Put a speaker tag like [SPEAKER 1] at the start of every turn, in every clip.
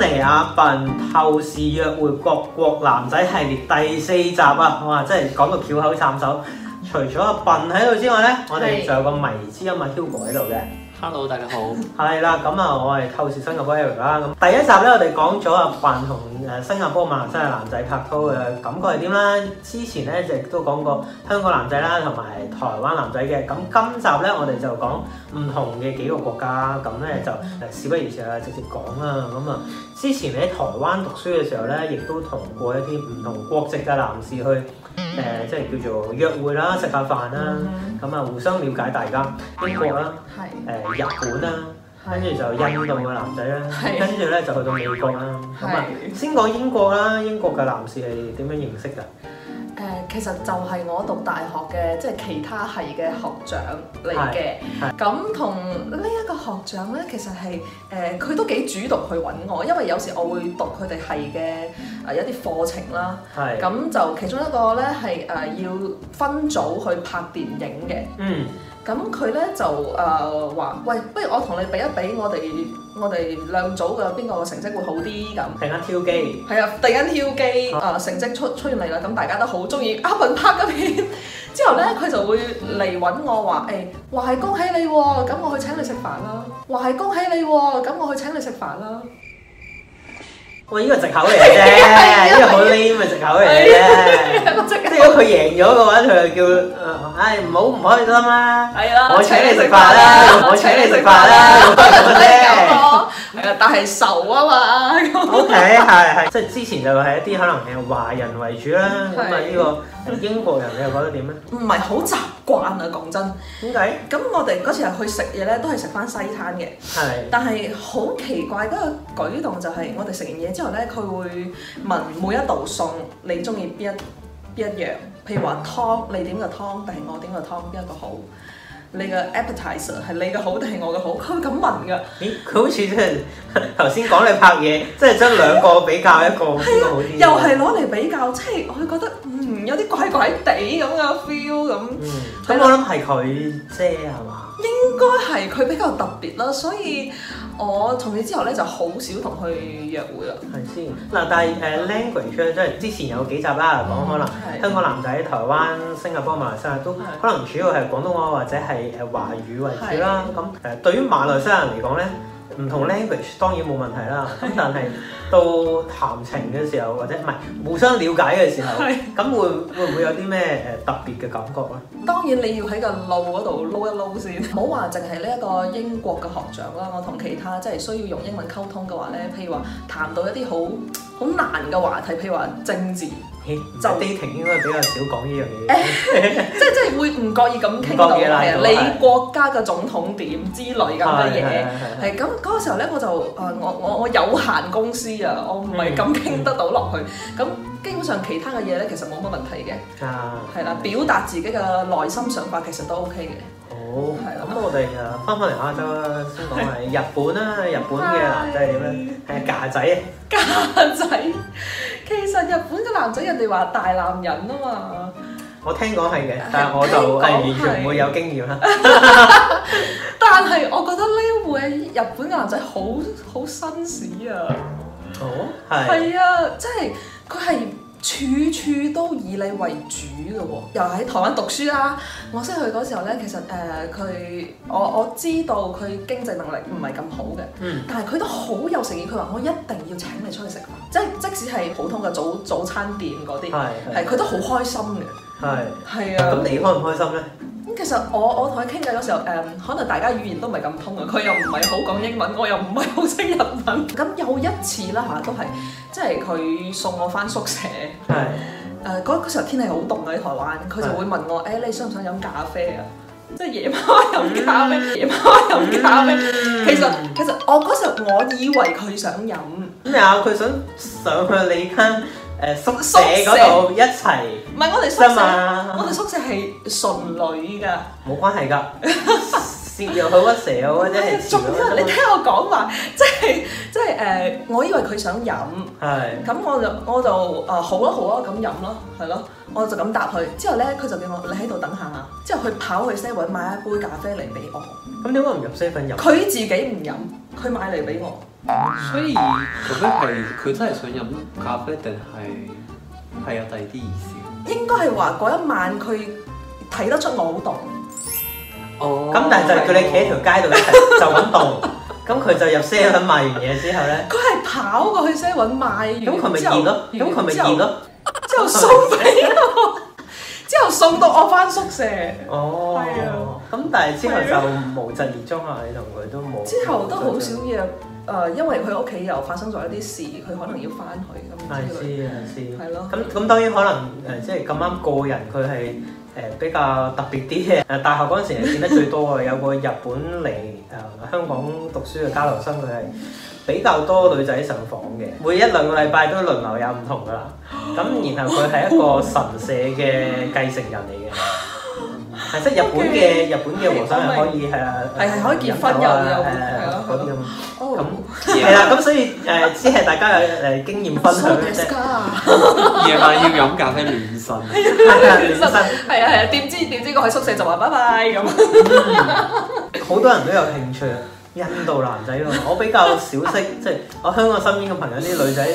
[SPEAKER 1] 眼啊笨透視約會各國男仔系列第四集啊！哇，真係講到翹口撐手。除咗阿笨喺度之外咧，我哋
[SPEAKER 2] 係
[SPEAKER 1] 仲有個迷之音啊 Hugo 喺度嘅。
[SPEAKER 3] Hello，大家好。
[SPEAKER 1] 係啦，咁啊，我係透視新加坡 Eric 啦。咁第一集咧，我哋講咗阿笨同誒新加坡、馬來西亞男仔拍拖嘅感覺係點啦。之前咧亦都講過香港男仔啦，同埋台灣男仔嘅。咁今集咧，我哋就講唔同嘅幾個國家。咁咧就誒事不宜遲啦，直接講啦。咁啊，之前喺台灣讀書嘅時候咧，亦都同過一啲唔同國籍嘅男士去誒、即係叫做約會啦、食下飯啦，咁啊互相了解大家英國啦。誒、
[SPEAKER 2] 係
[SPEAKER 1] 日本啦、跟住就印度嘅男仔啦，
[SPEAKER 2] 係
[SPEAKER 1] 跟住咧就去到美國啦。咁啊，
[SPEAKER 2] 係
[SPEAKER 1] 先講英國啦，英國嘅男士係點樣認識㗎？
[SPEAKER 2] 誒，其實就係我讀大學嘅，即係其他系嘅學長嚟嘅
[SPEAKER 1] 係。
[SPEAKER 2] 咁同呢一個學長咧，其實係誒，佢、都幾主動去揾我，因為有時我會讀佢哋系嘅誒一啲課程啦。
[SPEAKER 1] 係，
[SPEAKER 2] 咁就其中一個咧係誒要分組去拍電影嘅。
[SPEAKER 1] 嗯，
[SPEAKER 2] 咁佢咧就誒話、喂，不如我同你比一比我哋我哋兩組嘅邊個嘅成績會好啲咁。
[SPEAKER 1] 突然間挑機，
[SPEAKER 2] 係啊，突然間挑機啊、成績出出現嚟啦，咁大家都好中意 阿文拍嘅片。 之後咧，佢就會嚟揾我話：，誒、話係恭喜你喎、咁我去請你食飯啦；話係恭喜你喎、咁我去請你食飯 啦。
[SPEAKER 1] 喂，呢個藉口嚟 嘅啫，呢個好 lame 嘅藉口嚟嘅啫。
[SPEAKER 2] 我即
[SPEAKER 1] 即
[SPEAKER 2] 刻
[SPEAKER 1] 係如果佢贏咗嘅話，佢就叫誒，唉唔好唔開心啦，
[SPEAKER 2] 係啊啦
[SPEAKER 1] 我請你食飯啦， 我請你食飯啦，咁
[SPEAKER 2] 咁
[SPEAKER 1] 啫。
[SPEAKER 2] 咯。係啊，但係愁啊嘛，
[SPEAKER 1] O K，係係，即係之前就係一啲可能係華人為主啦，咁啊呢個英國人你又覺得點咧？
[SPEAKER 2] 唔係好習慣啊，講真。
[SPEAKER 1] 點解？
[SPEAKER 2] 咁我哋嗰次係去食嘢咧，都係食翻西餐嘅。
[SPEAKER 1] 係。
[SPEAKER 2] 但係好奇怪嗰個舉動就係我哋食完嘢之後咧，佢會問每一道餸你中意邊一邊一樣，譬如話湯你點個湯定係我點個湯邊一個好？你嘅 appetizer 係你嘅好定係我嘅好？佢會咁問㗎，
[SPEAKER 1] 咦，佢好似即係頭先講你拍嘢，即係將兩個比較一個邊個好啲。啊
[SPEAKER 2] 又係攞嚟比較，即係我會覺得嗯有啲怪怪地咁嘅 feel 咁。
[SPEAKER 1] 嗯，
[SPEAKER 2] 啊
[SPEAKER 1] 咁我諗係佢啫係嘛？
[SPEAKER 2] 應該係佢比較特別啦，所以我從此之後咧就好少同佢約會啦。
[SPEAKER 1] 係先嗱，但係誒 language 咧，即係之前有幾集啦講可能。
[SPEAKER 2] 係
[SPEAKER 1] 香港男仔、台灣、新加坡、馬來西亞都
[SPEAKER 2] 嗯係
[SPEAKER 1] 可能主要係廣東話或者係誒華語為主啦。咁誒對於馬來西亞人嚟講咧，唔同 language 當然冇問題啦。咁但係到談情嘅時候或者唔係互相了解嘅時候，
[SPEAKER 2] 係
[SPEAKER 1] 咁會會唔會有啲咩呃誒特別嘅感覺咧？
[SPEAKER 2] 當然你要喺個路嗰度撈一撈先，唔好話淨係呢一個英國嘅學長啦。我同其他即係需要用英文溝通嘅話咧，譬如話談到一啲好好難嘅話題，譬如話政治，即
[SPEAKER 1] 咦
[SPEAKER 2] 就
[SPEAKER 1] dating 應該比較少講呢樣嘢，
[SPEAKER 2] 係即係會唔覺意咁傾到
[SPEAKER 1] 唔覺意
[SPEAKER 2] 係
[SPEAKER 1] 啦
[SPEAKER 2] 啊
[SPEAKER 1] 係
[SPEAKER 2] 你國家嘅總統點之類咁嘅
[SPEAKER 1] 係
[SPEAKER 2] 嘢。係咁嗰個時候咧，我就誒、呃我我我有限公司啊，我唔係咁傾得到落去。咁基本上其他嘅嘢咧，其實冇乜問題嘅，
[SPEAKER 1] 係啊，
[SPEAKER 2] 係啦，表達自己嘅內心想法其實都 OK 嘅。
[SPEAKER 1] 好，
[SPEAKER 2] 係啦
[SPEAKER 1] 咁我哋誒翻返嚟亞洲啦，先講係日本啦，日本嘅男仔係點咧？係架仔啊，
[SPEAKER 2] 男仔其實日本嘅男仔，人哋話大男人啊嘛，
[SPEAKER 1] 我聽講係嘅，但係我就誒
[SPEAKER 2] 聽講係
[SPEAKER 1] 完全唔會有經驗啦。
[SPEAKER 2] 但係我覺得呢會日本嘅男仔好好紳士啊，
[SPEAKER 1] 哦，係，
[SPEAKER 2] 係啊，即係佢係。處處都以你為主嘅喎、又喺台灣讀書啦。我識佢嗰時候咧，其實誒佢、我我知道佢經濟能力唔係咁好嘅，
[SPEAKER 1] 嗯，
[SPEAKER 2] 但係佢都好有誠意，佢話我一定要請你出去食飯，即係即使係普通嘅早早餐店嗰啲，
[SPEAKER 1] 係
[SPEAKER 2] 係
[SPEAKER 1] 係
[SPEAKER 2] 佢都好開心嘅。
[SPEAKER 1] 係。
[SPEAKER 2] 係
[SPEAKER 1] 咁
[SPEAKER 2] 啊，
[SPEAKER 1] 你開唔開心咧？
[SPEAKER 2] 咁其實我我同佢傾偈嗰時候，誒、可能大家語言都唔係咁通啊，佢又唔係好講英文，我又唔係好識日文。咁有一次啦嚇，都係即係佢送我翻宿舍，
[SPEAKER 1] 係
[SPEAKER 2] 誒嗰嗰時候天氣好凍啊喺台灣，佢就會問我誒、你想唔想飲咖啡啊？即係夜晚飲咖啡，夜晚飲咖啡。其實其實我嗰時候我以為佢想飲，唔
[SPEAKER 1] 咁有佢想上去你間誒宿
[SPEAKER 2] 宿
[SPEAKER 1] 舍
[SPEAKER 2] 舍
[SPEAKER 1] 嗰度一齊
[SPEAKER 2] 係我哋宿
[SPEAKER 1] 啫
[SPEAKER 2] 舍，我
[SPEAKER 1] 嘛
[SPEAKER 2] 哋，宿舍係純女㗎。
[SPEAKER 1] 冇關係㗎，蝕又好，屈蛇又好，或者係
[SPEAKER 2] 仲
[SPEAKER 1] 潮又好
[SPEAKER 2] 有你聽我講埋，即係即係誒、我以為佢想飲，
[SPEAKER 1] 係。
[SPEAKER 2] 咁我就我就誒、好啦好啦咁飲啦，係咯，我就咁答佢。之後咧佢就叫我你喺度等下啊，之後佢跑去 seven 買一杯咖啡嚟俾我，
[SPEAKER 1] 咁點解唔入 seven 入？
[SPEAKER 2] 佢自己唔飲，佢買嚟俾我，
[SPEAKER 3] 所以究竟係佢真係想飲咖啡定係係有第二啲意思？
[SPEAKER 2] 應該係話嗰一晚佢睇得出我好凍，
[SPEAKER 3] 哦
[SPEAKER 1] 咁但係就叫你企喺條街度一齊 就咁動，咁佢就入 seven 賣完嘢之後咧，
[SPEAKER 2] 佢係跑過去 s e 揾買完，
[SPEAKER 1] 咁佢咪
[SPEAKER 2] 之後
[SPEAKER 1] 熱咯，咁佢咪熱，咯，
[SPEAKER 2] 之後之後送俾我，之後送到我翻宿舍，係
[SPEAKER 1] 哦
[SPEAKER 2] 啊，
[SPEAKER 1] 咁但係之後就無疾而終啦，你同佢都冇，
[SPEAKER 2] 之後都好少約。誒、因為佢屋企又發生咗一啲事，佢可能要翻去咁之類，
[SPEAKER 1] 係啊係啊
[SPEAKER 2] 係咯。
[SPEAKER 1] 咁咁當然可能誒，呃即係咁啱個人佢係誒比較特別啲嘅。 呃誒大學嗰陣時係見得最多嘅，有個日本嚟誒、香港讀書嘅交流生，佢係比較多女仔上訪嘅，每一兩個禮拜都輪流有唔同噶啦。 咁然後佢係一個神社嘅繼承人嚟嘅。係即係日 本嘅日本嘅和尚係可以係啊，
[SPEAKER 2] 係係可以結婚
[SPEAKER 1] 飲酒啊
[SPEAKER 2] 又有
[SPEAKER 1] 係啊
[SPEAKER 2] 係
[SPEAKER 1] 嗰
[SPEAKER 2] 咯
[SPEAKER 1] 啲咁，
[SPEAKER 2] 哦
[SPEAKER 1] 咁係啦，咁所以誒只係大家有誒經驗分享嘅啫。
[SPEAKER 3] 夜晚要飲咖啡暖身。
[SPEAKER 1] 係啊，其實
[SPEAKER 2] 係啊係啊，點知點知我喺宿舍就話拜拜咁。
[SPEAKER 1] 好多人都有興趣啊印度男仔喎， 我比較少識，即係我香港身邊嘅朋友啲女仔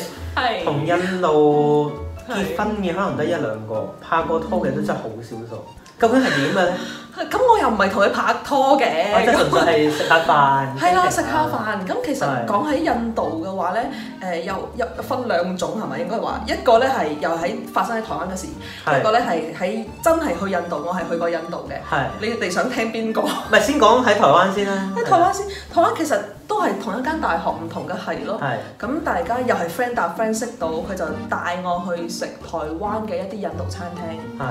[SPEAKER 2] 係
[SPEAKER 1] 同印度結婚嘅可能得一兩個，拍過拖嘅都真係好少
[SPEAKER 2] 嗯
[SPEAKER 1] 數。究竟係點嘅咧？
[SPEAKER 2] 咁我又唔係同佢拍拖
[SPEAKER 1] 我哦真係
[SPEAKER 2] 嘅。
[SPEAKER 1] 純粹係食下飯。
[SPEAKER 2] 係啦，
[SPEAKER 1] 傾
[SPEAKER 2] 食
[SPEAKER 1] 偈
[SPEAKER 2] 下。飯。咁其
[SPEAKER 1] 係
[SPEAKER 2] 實講喺印度嘅話咧，誒有有分兩種係咪？應該話一個咧係又喺發生喺台灣嘅事，一個
[SPEAKER 1] 係
[SPEAKER 2] 咧係喺真係去印度，我係去過印度嘅。
[SPEAKER 1] 係，
[SPEAKER 2] 你哋想聽邊個？
[SPEAKER 1] 唔係先講喺台灣先啦。
[SPEAKER 2] 喺台灣先，台灣其實都係同一間大學唔同嘅系咯。
[SPEAKER 1] 係
[SPEAKER 2] 咁大家又係 friend 搭 friend 識到，佢就帶我去食台灣嘅一啲印度餐廳。
[SPEAKER 1] 係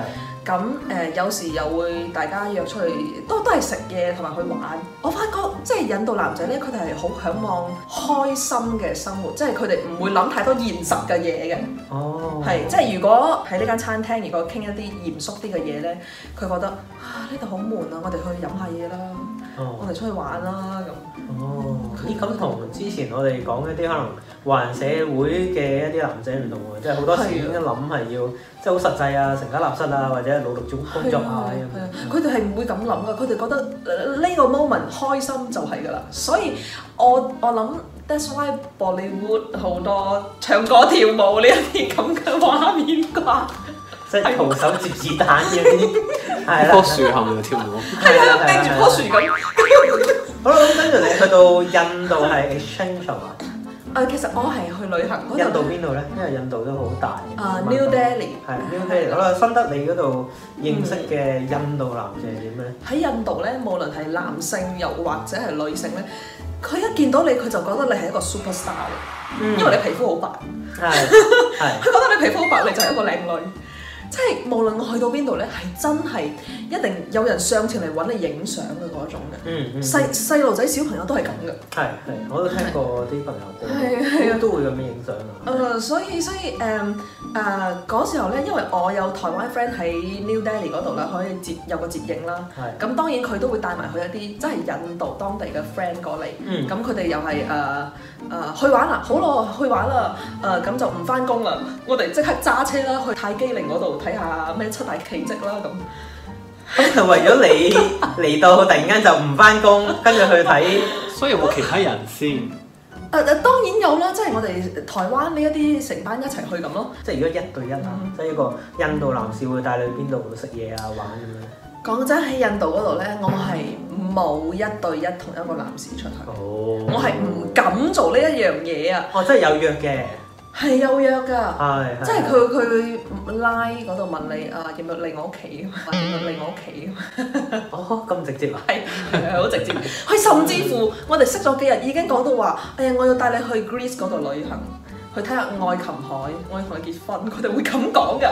[SPEAKER 2] 咁誒、呃有時又會大家約出去，都都係食嘢同埋去玩。我發覺即係印度男仔咧，佢哋係好向往開心嘅生活，即係佢哋唔會諗太多現實嘅嘢嘅。
[SPEAKER 1] 哦。
[SPEAKER 2] 係、即係如果喺呢間餐廳，如果傾一啲嚴肅啲嘅嘢咧，佢覺得啊呢度好悶啊，我哋去飲下嘢啦，我
[SPEAKER 1] 哦
[SPEAKER 2] 哋出去玩啦咁。
[SPEAKER 1] 哦，咦咁同之前我哋講一啲可能華人社會嘅一啲男仔唔同喎，即係好多時已經諗係要即係好實際啊，成家立室啊，或者努力做工作啊
[SPEAKER 2] 係係
[SPEAKER 1] 咁樣。
[SPEAKER 2] 佢哋係唔會咁諗噶，佢哋覺得呃呢個 ờ, moment 開心就係噶啦。所以我我諗 that's why Bollywood 好多唱歌跳舞呢一啲咁嘅畫面啩。
[SPEAKER 1] 即係徒手接子彈嗰 啲，係啦
[SPEAKER 3] 棵。樹後面就跳舞。
[SPEAKER 1] 係
[SPEAKER 2] 係
[SPEAKER 1] 啦
[SPEAKER 2] 啊，拎住棵樹咁。
[SPEAKER 1] 好啦，咁跟住你去到印度係 exchange 啊，
[SPEAKER 2] 誒，其實我係去旅行嗰
[SPEAKER 1] 印度
[SPEAKER 2] 度。
[SPEAKER 1] 邊度咧？因為印度都好大嘅。
[SPEAKER 2] 啊，New Delhi
[SPEAKER 1] 係 New Delhi。好啦，新德里嗰度認識嘅印度男仔係點咧？
[SPEAKER 2] 喺印度咧，無論係男性又或者係女性咧，佢一見到你佢就覺得你係一個 superstar，
[SPEAKER 1] 嗯
[SPEAKER 2] 因為你皮膚好白。
[SPEAKER 1] 係係
[SPEAKER 2] 佢覺得你皮膚好白，你就係一個靚女。即係無論我去到邊度咧，係真係一定有人上前嚟揾你影相嘅嗰種嘅。
[SPEAKER 1] 嗯嗯。
[SPEAKER 2] 細細路仔小朋友都係咁嘅。
[SPEAKER 1] 係係，我都聽過啲朋友
[SPEAKER 2] 係係
[SPEAKER 1] 講，都
[SPEAKER 2] 啊
[SPEAKER 1] 都會咁樣影相啊。
[SPEAKER 2] 誒、呃所以所以誒誒嗰時候咧，因為我有台灣 friend 喺 New Delhi 嗰度啦，可以接有個接應啦。
[SPEAKER 1] 係
[SPEAKER 2] 咁當然佢都會帶埋佢一啲真係印度當地嘅 friend 過嚟。
[SPEAKER 1] 嗯
[SPEAKER 2] 咁佢哋又係誒誒去玩啦，好咯，去玩啦，誒、咁就唔翻工啦，我哋即刻揸車啦去泰姬陵嗰度睇下咩七大奇蹟啦咁。
[SPEAKER 1] 咁係為咗你 嚟到突然間就唔翻工，跟住去睇
[SPEAKER 3] 所以有冇其他人先？
[SPEAKER 2] 誒、誒呃當然有啦，即係我哋台灣呢一啲成班一齊去咁咯。
[SPEAKER 1] 即係如果一對一啊，
[SPEAKER 2] 嗯
[SPEAKER 1] 即係一個印度男士會帶你去邊度食嘢啊玩咁樣。
[SPEAKER 2] 講真喺印度嗰度咧，我係冇一對一同一個男士出去，
[SPEAKER 1] 哦
[SPEAKER 2] 我係唔敢做呢一樣嘢啊，
[SPEAKER 1] 哦，真係有約嘅，
[SPEAKER 2] 係有約㗎。
[SPEAKER 1] 係係
[SPEAKER 2] 即係佢佢拉嗰度問你啊，要唔要嚟我屋企？要唔要嚟我屋企？
[SPEAKER 1] 哦咁直接啊，
[SPEAKER 2] 係係好直接。佢甚至乎我哋識咗幾日已經講到話，誒、我要帶你去 Greece 嗰度旅行，去睇下愛琴海，我要同你結婚。佢哋會咁講㗎，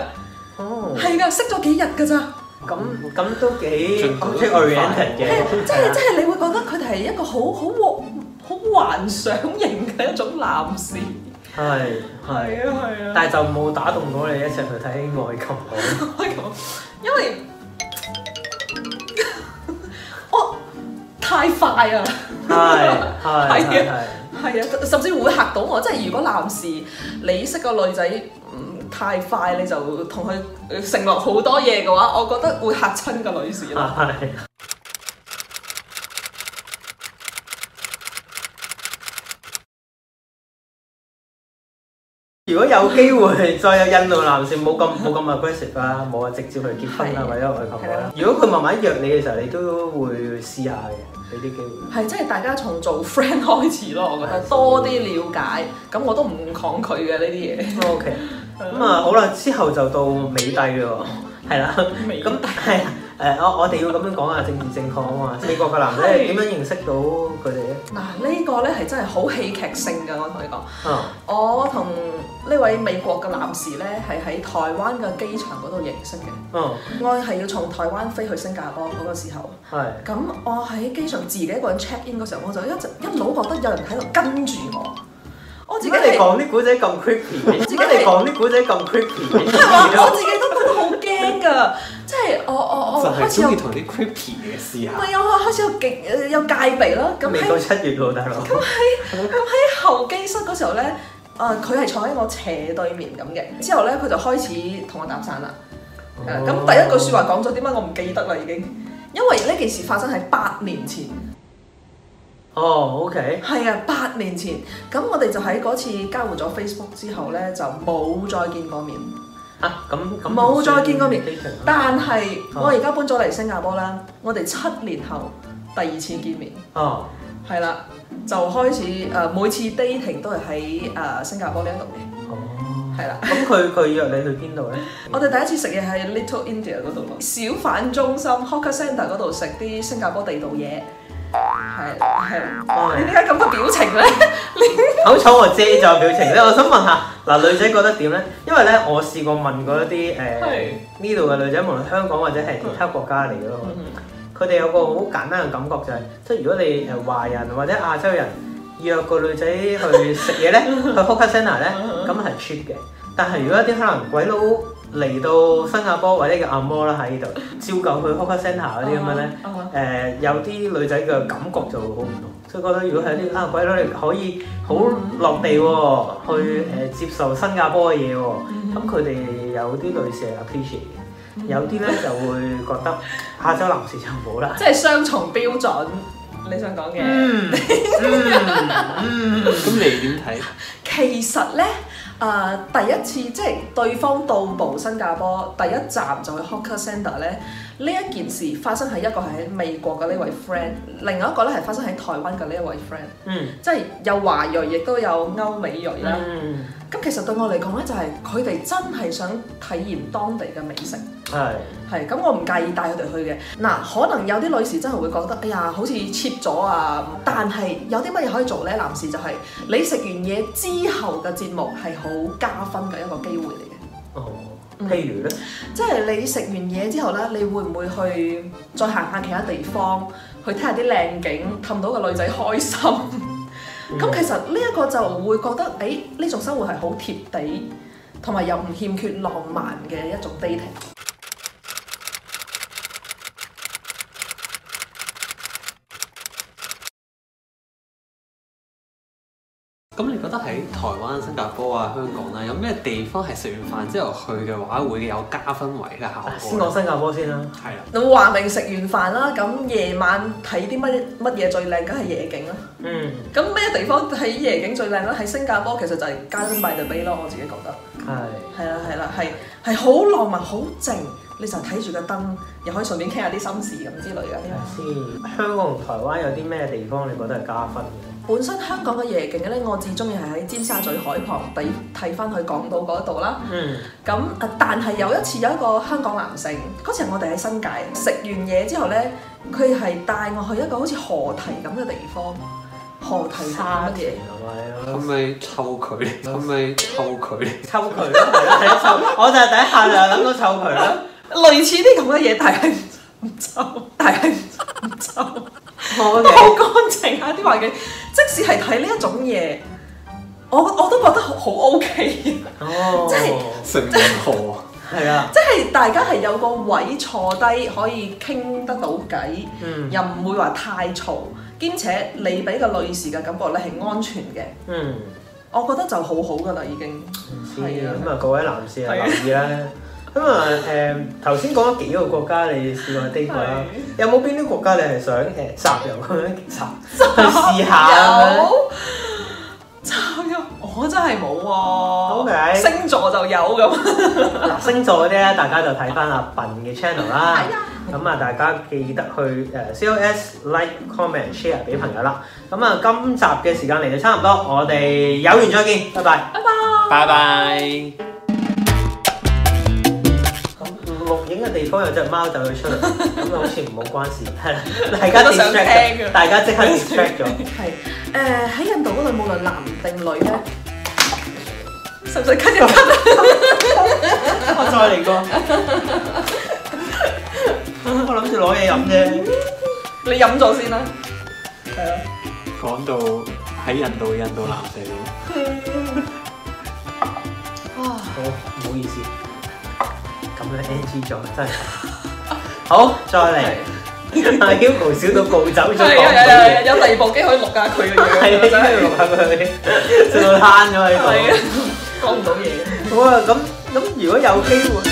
[SPEAKER 1] 哦
[SPEAKER 2] 係㗎，識咗幾日㗎咋？
[SPEAKER 1] 咁咁都幾
[SPEAKER 3] 進步
[SPEAKER 1] 咁
[SPEAKER 3] 都
[SPEAKER 1] t oriented 嘅
[SPEAKER 2] 係， 即係即
[SPEAKER 1] 係
[SPEAKER 2] 係你會覺得佢哋係一個好好和好幻想型嘅一種男士。
[SPEAKER 1] 係係，
[SPEAKER 2] 係啊係啊，
[SPEAKER 1] 但係就冇打動到你一齊去睇愛琴海。
[SPEAKER 2] 愛琴海，因為 我太快啊！
[SPEAKER 1] 係係係係。
[SPEAKER 2] 係啊，甚至會嚇到我。即係如果男士你識個女仔、嗯、太快，你就同佢呃承諾好多嘢嘅話，我覺得會嚇親個女士啦。
[SPEAKER 1] 係。 如果有機會再有印度男士冇咁冇咁 aggressive 啦，冇話啊直接去結婚啦，
[SPEAKER 2] 係
[SPEAKER 1] 或者去求婚啦
[SPEAKER 2] 係。啊
[SPEAKER 1] 如果佢慢慢約你嘅時候，你都會試下嘅，俾啲機會。
[SPEAKER 2] 係即係大家從做 friend 開始咯，我覺得
[SPEAKER 1] 係
[SPEAKER 2] 多啲了解，咁我都唔抗拒嘅呢啲嘢。
[SPEAKER 1] O K，咁啊好啦，之後就到美帝 咯喎，係啦。
[SPEAKER 2] 咁
[SPEAKER 1] 咁係啊誒，我我哋要咁樣講啊，政治正確啊 嘛。美國嘅男仔
[SPEAKER 2] 係
[SPEAKER 1] 點樣認識到佢哋 咧？
[SPEAKER 2] 嗱呢個咧係真係好戲劇性㗎，我同你講。
[SPEAKER 1] 啊，
[SPEAKER 2] 我同呢位美國嘅男士咧係喺台灣嘅機場嗰度認識嘅，
[SPEAKER 1] 嗯，
[SPEAKER 2] 我係要從台灣飛去新加坡嗰個時候。
[SPEAKER 1] 係，
[SPEAKER 2] 咁我喺機場自己一個人 check in 嘅時候，我就一直一路覺得有人喺度跟住我，我自
[SPEAKER 1] 點
[SPEAKER 2] 己
[SPEAKER 1] 解你
[SPEAKER 2] 係。
[SPEAKER 1] 講啲古仔咁 creepy？嘅點
[SPEAKER 2] 自己
[SPEAKER 1] 解你
[SPEAKER 2] 係
[SPEAKER 1] 講啲古仔咁 creepy？
[SPEAKER 2] 因為我
[SPEAKER 1] 嘅
[SPEAKER 2] 我自己都覺得好驚㗎，即係我我
[SPEAKER 3] 就
[SPEAKER 2] 我開
[SPEAKER 3] 係
[SPEAKER 2] 始有
[SPEAKER 3] 中意同啲 creepy 嘅事
[SPEAKER 2] 唔
[SPEAKER 3] 下。
[SPEAKER 2] 係我開始有極有戒備啦。咁
[SPEAKER 1] 未
[SPEAKER 2] 喺
[SPEAKER 1] 到七月喎，大佬。
[SPEAKER 2] 候機室嗰時候咧，誒佢係坐喺我斜對面咁嘅，之後咧佢就開始同我搭訕啦。
[SPEAKER 3] 哦
[SPEAKER 2] 誒咁、第一句説話講咗點解我唔記得啦已經，因為呢件事發生喺八年前，
[SPEAKER 1] 哦，OK，
[SPEAKER 2] 係啊八年前，咁我哋就喺嗰次交換咗 Facebook 之後咧就冇再見過面，
[SPEAKER 1] 啊，咁咁
[SPEAKER 2] 冇再見過面
[SPEAKER 1] 算 dating 啦
[SPEAKER 2] 但係我而家搬咗嚟新加坡啦，我哋七年後第二次見面。
[SPEAKER 1] 哦，
[SPEAKER 2] 係啦，就開始誒、呃每次 dating 都係喺誒新加坡呢一度嘅，
[SPEAKER 1] 哦，
[SPEAKER 2] 係啦。
[SPEAKER 1] 咁佢佢約你去邊度咧？
[SPEAKER 2] 我哋第一次食嘢喺 Little India 嗰度咯，小販中心 Hawker Centre 嗰度食啲新加坡地道嘢，係係。
[SPEAKER 1] 哦
[SPEAKER 2] 你點解咁嘅表情咧？
[SPEAKER 1] 口楚我遮咗表情咧，我想問下嗱，女仔覺得點咧？因為咧，我試過問過一啲誒
[SPEAKER 2] 係
[SPEAKER 1] 呢度嘅女仔，無論香港或者係其他國家嚟嘅咯，佢哋有個好簡單嘅感覺就係、即係如果你誒華人或者亞洲人約個女仔去食嘢咧，去 Hawker Centre 咧，咁係 cheap 嘅。但係如果一啲可能鬼佬嚟到新加坡或者叫阿摩啦喺呢度，照舊去 Hawker Centre 嗰啲咁樣咧。
[SPEAKER 2] 啊，啊
[SPEAKER 1] 誒、有啲女仔嘅感覺就會好唔同，所以覺得如果係啲啊鬼佬你可以好落地喎、去誒、接受新加坡嘅嘢喎，咁佢哋有啲女士係 appreciate 嘅，有啲咧就會覺得亞洲男士就冇啦。
[SPEAKER 2] 即係雙重標準，你想講嘅？
[SPEAKER 1] 嗯嗯嗯，
[SPEAKER 3] 咁你點睇？
[SPEAKER 2] 其實咧，誒、第一次即係對方到步新加坡，第一站就去 Hawker Centre 咧，呢一件事發生喺一個係喺美國嘅呢位 friend，另外一個咧係發生喺台灣嘅呢一位 friend，
[SPEAKER 1] 嗯
[SPEAKER 2] 即係有華裔亦都有歐美裔啦。
[SPEAKER 1] 嗯，
[SPEAKER 2] 咁、其實對我嚟講咧，就係佢哋真係想體驗當地嘅美食。
[SPEAKER 1] 係
[SPEAKER 2] 係，咁我唔介意帶佢哋去嘅。嗱，可能有啲女士真係會覺得，哎呀，好似 cheap 咗啊！但係有啲乜嘢可以做呢？男士就係、你食完嘢之後嘅節目係好加分嘅一個機會嚟嘅。
[SPEAKER 1] 哦，譬如咧，
[SPEAKER 2] 即係你食完嘢之後呢，你會唔會去再行下其他地方，去睇下啲靚景，氹到個女仔開心？咁、其實呢一個就會覺得，誒、呢種生活係好貼地，同埋又唔欠缺浪漫嘅一種 dating。
[SPEAKER 3] 咁你覺得喺台灣、新加坡啊、香港啦，有咩地方係食完飯之後去嘅話，會有加分位嘅效
[SPEAKER 1] 先
[SPEAKER 3] 果
[SPEAKER 1] 講
[SPEAKER 3] 呢？
[SPEAKER 1] 新加坡先啦。
[SPEAKER 3] 係啦，
[SPEAKER 2] 咁話明食完飯啦，咁夜晚睇啲乜乜嘢最靚，梗係夜景啦。
[SPEAKER 1] 嗯，
[SPEAKER 2] 咁咩地方睇夜景最靚咧？喺新加坡其實就係 Garden by the Bay 咯，我自己覺得。
[SPEAKER 1] 係
[SPEAKER 2] 係啦係啦，係係好浪漫，好靜，你就睇住個燈，又可以順便傾下啲心事咁之類嘅。
[SPEAKER 1] 睇下先。香港同台灣有啲咩地方你覺得係加分嘅？
[SPEAKER 2] 本身香港嘅夜景咧，我至中意係喺尖沙咀海旁地睇翻去港島嗰度啦。
[SPEAKER 1] 嗯。
[SPEAKER 2] 咁啊，但係有一次有一個香港男性，嗰次我哋喺新界食完嘢之後呢，佢係帶我去一個好似河堤咁嘅地方，河堤
[SPEAKER 1] 沙
[SPEAKER 2] 乜
[SPEAKER 1] 田
[SPEAKER 2] 嘢？
[SPEAKER 1] 係咪
[SPEAKER 3] 係
[SPEAKER 1] 咯？
[SPEAKER 3] 咪湊佢？係咪湊佢？
[SPEAKER 1] 抽佢咯，係啦，係抽，我就係第一下就係諗到抽佢啦。
[SPEAKER 2] 類似啲咁嘅嘢，但係唔臭， 但係唔臭，
[SPEAKER 1] 我
[SPEAKER 2] 都好乾淨啊啲環境。即使係睇呢一種嘢，我我都覺得好好 OK，即
[SPEAKER 1] 哦，
[SPEAKER 2] 即
[SPEAKER 3] 成人河啊！
[SPEAKER 1] 係啊，
[SPEAKER 2] 係大家係有個位坐低可以傾得到偈。
[SPEAKER 1] 嗯
[SPEAKER 2] 又唔會話太嘈，兼且你俾個女士嘅感覺你係安全嘅，
[SPEAKER 1] 嗯，
[SPEAKER 2] 我覺得就好好噶啦已經。
[SPEAKER 1] 知
[SPEAKER 2] 係啊
[SPEAKER 1] 咁啊，各位男士啊
[SPEAKER 2] 係啊
[SPEAKER 1] 留意啦。咁啊誒，頭先講咗幾個國家你試過 date 過啦，有冇邊啲國家你係想誒集郵咁樣集去試下咁樣？
[SPEAKER 2] 有，就有，我我真係冇喎
[SPEAKER 1] OK
[SPEAKER 2] 星座就有咁。
[SPEAKER 1] 嗱，星座嗰啲咧，大家就睇翻阿笨嘅 channel 啦。咁啊，大家記得去呃誒 COS like comment share 俾朋友啦。咁啊，今集嘅時間嚟到差唔多，我哋有緣再見，拜拜。
[SPEAKER 3] 拜拜。
[SPEAKER 1] 咁錄影嘅地方有隻貓走咗出嚟，咁好似唔好關事。 係啦，大家 distract 咗大家即刻 distract 咗。
[SPEAKER 2] 係誒喺印度嗰度，無論男定女咧，
[SPEAKER 1] 哦
[SPEAKER 2] 使唔使 cut 一 cut
[SPEAKER 1] 我再嚟過。我諗住攞嘢飲啫。
[SPEAKER 2] 你飲咗先啦。係啊。
[SPEAKER 3] 講到喺印度印度男仔，
[SPEAKER 2] 哇！
[SPEAKER 1] 好，唔好意思，咁樣 NG 咗真係。好，再嚟。 阿啊 Hugo 少到暴走咗
[SPEAKER 2] 係
[SPEAKER 1] 講嘢。
[SPEAKER 2] 有有有第二部機可以錄下佢嘅
[SPEAKER 1] 啊係
[SPEAKER 2] 樣，
[SPEAKER 1] 啊，真
[SPEAKER 2] 真
[SPEAKER 1] 係
[SPEAKER 2] 係
[SPEAKER 1] 錄下佢，食到攤咗喺
[SPEAKER 2] 係
[SPEAKER 1] 度。
[SPEAKER 2] 啊，講唔到嘢。
[SPEAKER 1] 好啊，咁咁如果有機會。